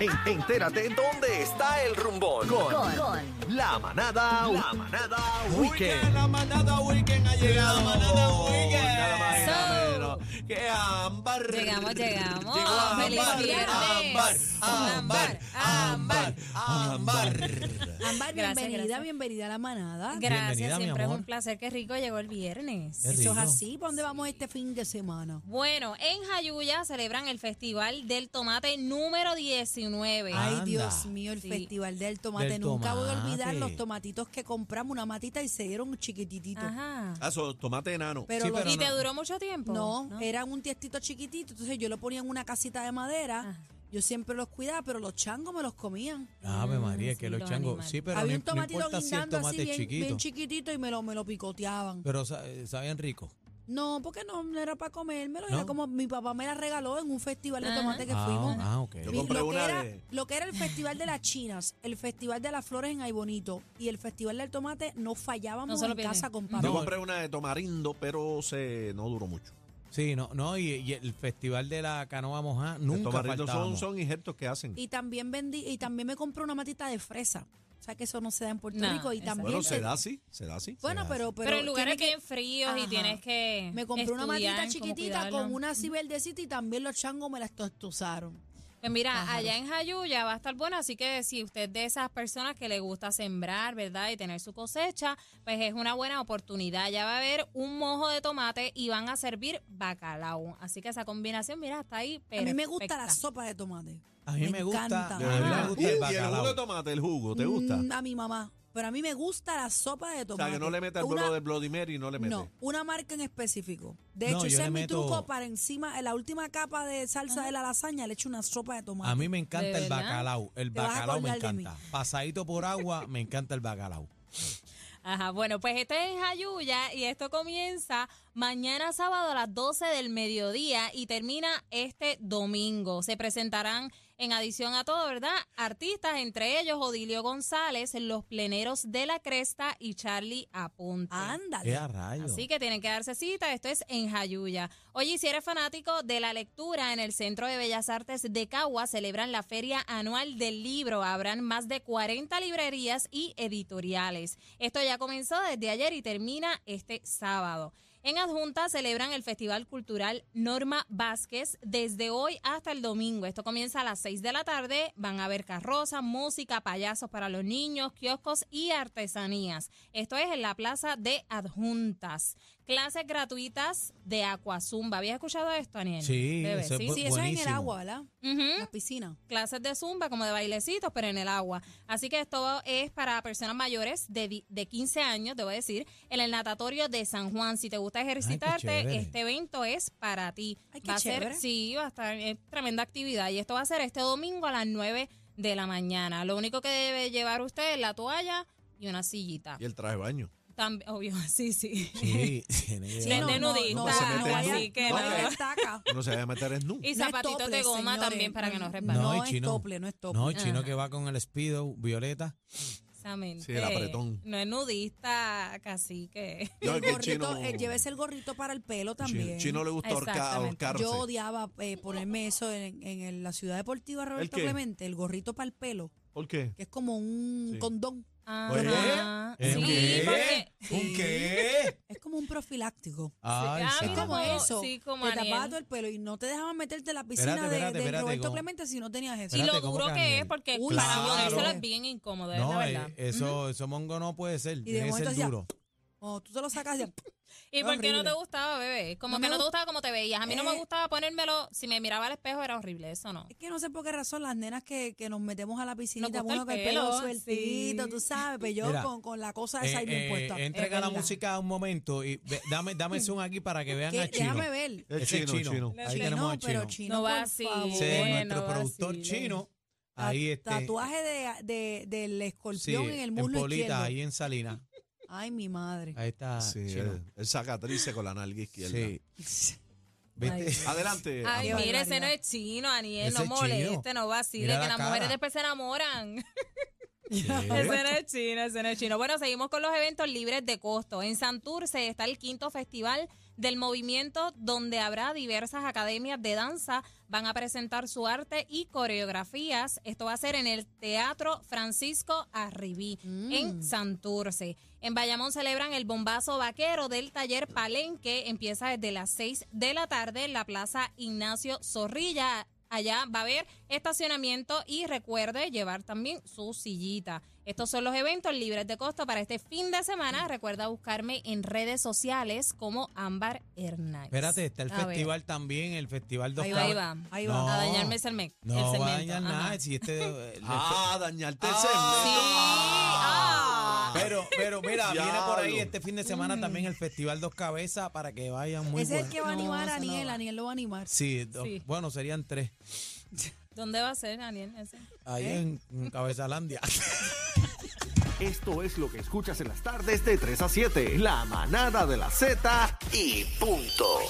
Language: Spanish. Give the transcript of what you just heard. En- Entérate dónde está el rumbón. Con, la manada, la manada weekend. La manada weekend ha llegado. Oh, La manada weekend. Nada más y nada Pero, que ámbar. Llegamos, llegamos. Llegó ámbar, Feliz ámbar, viernes. ámbar, ámbar, ámbar. Gracias, Ámbar, bienvenida, gracias. bienvenida a la manada. Gracias, Bienvenida, mi siempre es amor. un placer. Qué rico llegó el viernes. Qué Eso es rico. así, ¿para dónde vamos este fin de semana? Bueno, en Jayuya celebran el Festival del Tomate número 19. Ay, Anda. Dios mío, el Sí. festival del tomate. Del Nunca voy a tomate. olvidar los tomatitos que compramos, una matita y se dieron chiquitititos. Ajá. Ah, so, tomate enano. Pero, Sí, los- pero ¿Y te no. duró mucho tiempo? no, eh, eran un tiestito chiquitito. Entonces yo lo ponía en una casita de madera. Ajá. Yo siempre los cuidaba, pero los changos me los comían. Ave María, Mm, sí, que los los changos. animales. Sí, pero Había no, un no tomatito importa si el guindando así tomate es bien, bien chiquito. chiquitito y me lo, me lo picoteaban. pero sa- eh, sabían rico. No, porque no, no era para comérmelo, era ¿No? como mi papá me la regaló en un festival de Ajá. tomate que ah, fuimos. ah, ok. Yo Mi- compré lo, que una era, de- lo que era el Festival de las Chinas, el Festival de las Flores en Aybonito y el Festival del Tomate, no fallábamos No se lo en casa pierden. con Yo papá. No. compré una de tomarindo, pero se, no duró mucho. Sí, no, no y, y el festival de la canoa mojá Los nunca tomarindo son, faltábamos. son injertos que hacen. Y también vendí, y también me compré una matita de fresa. O sea que eso no se da en Puerto No, Rico. Y exacto. también Bueno, se- se da así, se da así. bueno, se da pero, así. pero, Pero en lugares tiene bien fríos y Ajá. tienes que. me compré una estudiar matita en cómo chiquitita cuidarlo. con una así verdecita y también los changos me las tostuzaron. Pues mira, Pájaros. allá en Jayuya va a estar bueno, así que si usted es de esas personas que le gusta sembrar, ¿verdad? Y tener su cosecha, pues es una buena oportunidad. Ya va a haber un mojo de tomate y van a servir bacalao. Así que esa combinación, mira, está ahí A perfecta. mí me gusta la sopa de tomate. A mí me, encanta. gusta, De a mí verdad. me gusta el Y- y el jugo de bacalao. tomate, el jugo, ¿te gusta? Mm, A mi mamá. Pero a mí me gusta la sopa de O tomate. sea, que no le meta el Una- vuelo de Bloody Mary, no le mete. No, una marca en específico. De No, yo hecho, ese le es mi meto- truco para encima, en la última capa de salsa de la lasaña le echo una sopa de tomate. A mí me encanta ¿De el verdad? bacalao. El Te vas a bacalao me acordar de mí. encanta. Pasadito por agua, me encanta el bacalao. Ajá, bueno, pues este es Jayuya y esto comienza mañana sábado a las 12 del mediodía y termina este domingo. Se presentarán en adición a todo, ¿verdad? Artistas, entre ellos Odilio González, Los Pleneros de la Cresta y Charlie Aponte. ¡Qué Ándale. a rayos! Así que tienen que darse cita, esto es en Jayuya. Oye, y si eres fanático de la lectura en el Centro de Bellas Artes de Cagua, celebran la Feria Anual del Libro. Habrán más de 40 librerías y editoriales. Esto ya comenzó desde ayer y termina este sábado. En Adjunta celebran el Festival Cultural Norma Vázquez desde hoy hasta el domingo. Esto comienza a las 6 de la tarde. Van a haber carrozas, música, payasos para los niños, kioscos y artesanías. Esto es en la Plaza de Adjuntas. Clases gratuitas de Acuazumba. ¿Habías escuchado esto, Aniel? Sí, Bebé, eso es bu- Sí, eso es en el Buenísimo. agua, ¿verdad? Ujú En la piscina. clases de zumba, como de bailecitos, pero en el agua. Así que esto es para personas mayores de, di- de 15 años, debo decir, en el natatorio de San Juan. Si te gusta ejercitarte, chévere. este evento es para ti. Ay, qué va a ser, chévere. sí, va a estar es tremenda actividad. Y esto va a ser este domingo a las 9 de la mañana. Lo único que debe llevar usted es la toalla y una sillita. Y el traje de baño. También, obvio, sí, sí. Sí, tiene que Sí, haber- no, de nudista, no, se mete vaya- así que no no. vaya estaca. No se vaya a meter en nu. Y No es zapatitos de topless, goma señores. también para que no Mm, resbalen. No, No, y es chino. tople, no es tople. No, el chino Ajá. que va con el Speedo, Violeta. Exactamente. Sí, el apretón. No es nudista, casi que. Yo, el que el gorrito, eh, llévese el gorrito para el pelo chino, también. chino le gusta ahorca- Exactamente. ahorcarse. Yo odiaba eh, ponerme eso en, en el- la ciudad deportiva Roberto qué? Clemente, el gorrito para el pelo, ¿Por qué? que es como un Sí. condón, Ajá. ¿Eh? Ah, Sí, ¿Un qué? porque- ¿Un qué? es como un profiláctico. Ay, ah, mira santo. como Como- eso, sí, como te Aniel. tapabas todo el pelo y no te dejaban meterte en la piscina Espérate, de- espérate, de, espérate, Roberto ¿cómo? Clemente si no tenías eso. Y Espérate, lo ¿cómo duro que es, Daniel? porque Uy, para claro. ponérselo es bien incómodo, es la No, verdad. eh, eso, eso mongo no puede ser. de Tiene que momento ser hacía- duro. Cuando tú te lo sacas, ya, ¿Y por qué no horrible. te gustaba, bebé? Como No que me no te gust- gustaba como te veías. A mí no me Eh. gustaba ponérmelo. Si me miraba al espejo era horrible, eso no. es que no sé por qué razón las nenas que, que nos metemos a la piscinita, Nos gusta bueno, que el el pelo pelo, sueltito, sí. tú sabes, pero yo Mira, con, con la cosa esa ahí bien Eh, eh, puesta. entrega Es la verdad. música un momento y ve- dame, dame zoom aquí para que vean ¿Qué? a Chino. Déjame ver. El Ese chino, el chino. Ahí Chino, tenemos a pero Chino. chino, No va por así. favor. Sí, Bueno, nuestro productor vacile. chino. Ta- Ahí este. Tatuaje de, de- del sí, escorpión en el muslo polita, izquierdo. ahí en Salina. Ay, mi madre. Ahí está Sí, Ah, Chino. él, él saca trice con la nalga izquierda. Sí. ¿Viste? Adelante. Ay, Qué mire, barbaridad. ese no es chino, Aniel, Eh, Ese no es chino. moleste, no vacile, Mira que la las mujeres cara. después se enamoran. ¿Qué? Ese no es chino, ese no es chino. Bueno, seguimos con los eventos libres de costo. En Santurce está el quinto festival del movimiento donde habrá diversas academias de danza. Van a presentar su arte y coreografías. Esto va a ser en el Teatro Francisco Arribí, en Santurce. En Bayamón celebran el bombazo vaquero del taller Palenque. Empieza desde las 6 de la tarde en la Plaza Ignacio Zorrilla. Allá va a haber estacionamiento y recuerde llevar también su sillita. Estos son los eventos libres de costo para este fin de semana. Recuerda buscarme en redes sociales como Ámbar Hernández. Espérate, está el A ver. festival también, el festival de Ahí Oscar. Ahí va. Ahí No. va. A dañarme el serme- el No va a segmento. dañar Ajá. nada. Si este, el- Ah, dañarte el Sí. segmento. Ah. Pero, pero mira, viene por ahí Diablo. este fin de semana también el Festival Dos Cabezas para que vayan muy Mm. Ese es buenos. el que va a No, animar a eso no Aniel. va. Aniel lo va a animar. Sí, dos- Sí. bueno, serían tres. ¿Dónde va a ser, Daniel? ese? Ahí en, en Cabezalandia. Esto es lo que escuchas en las tardes de 3 a 7. La manada de la Z y punto.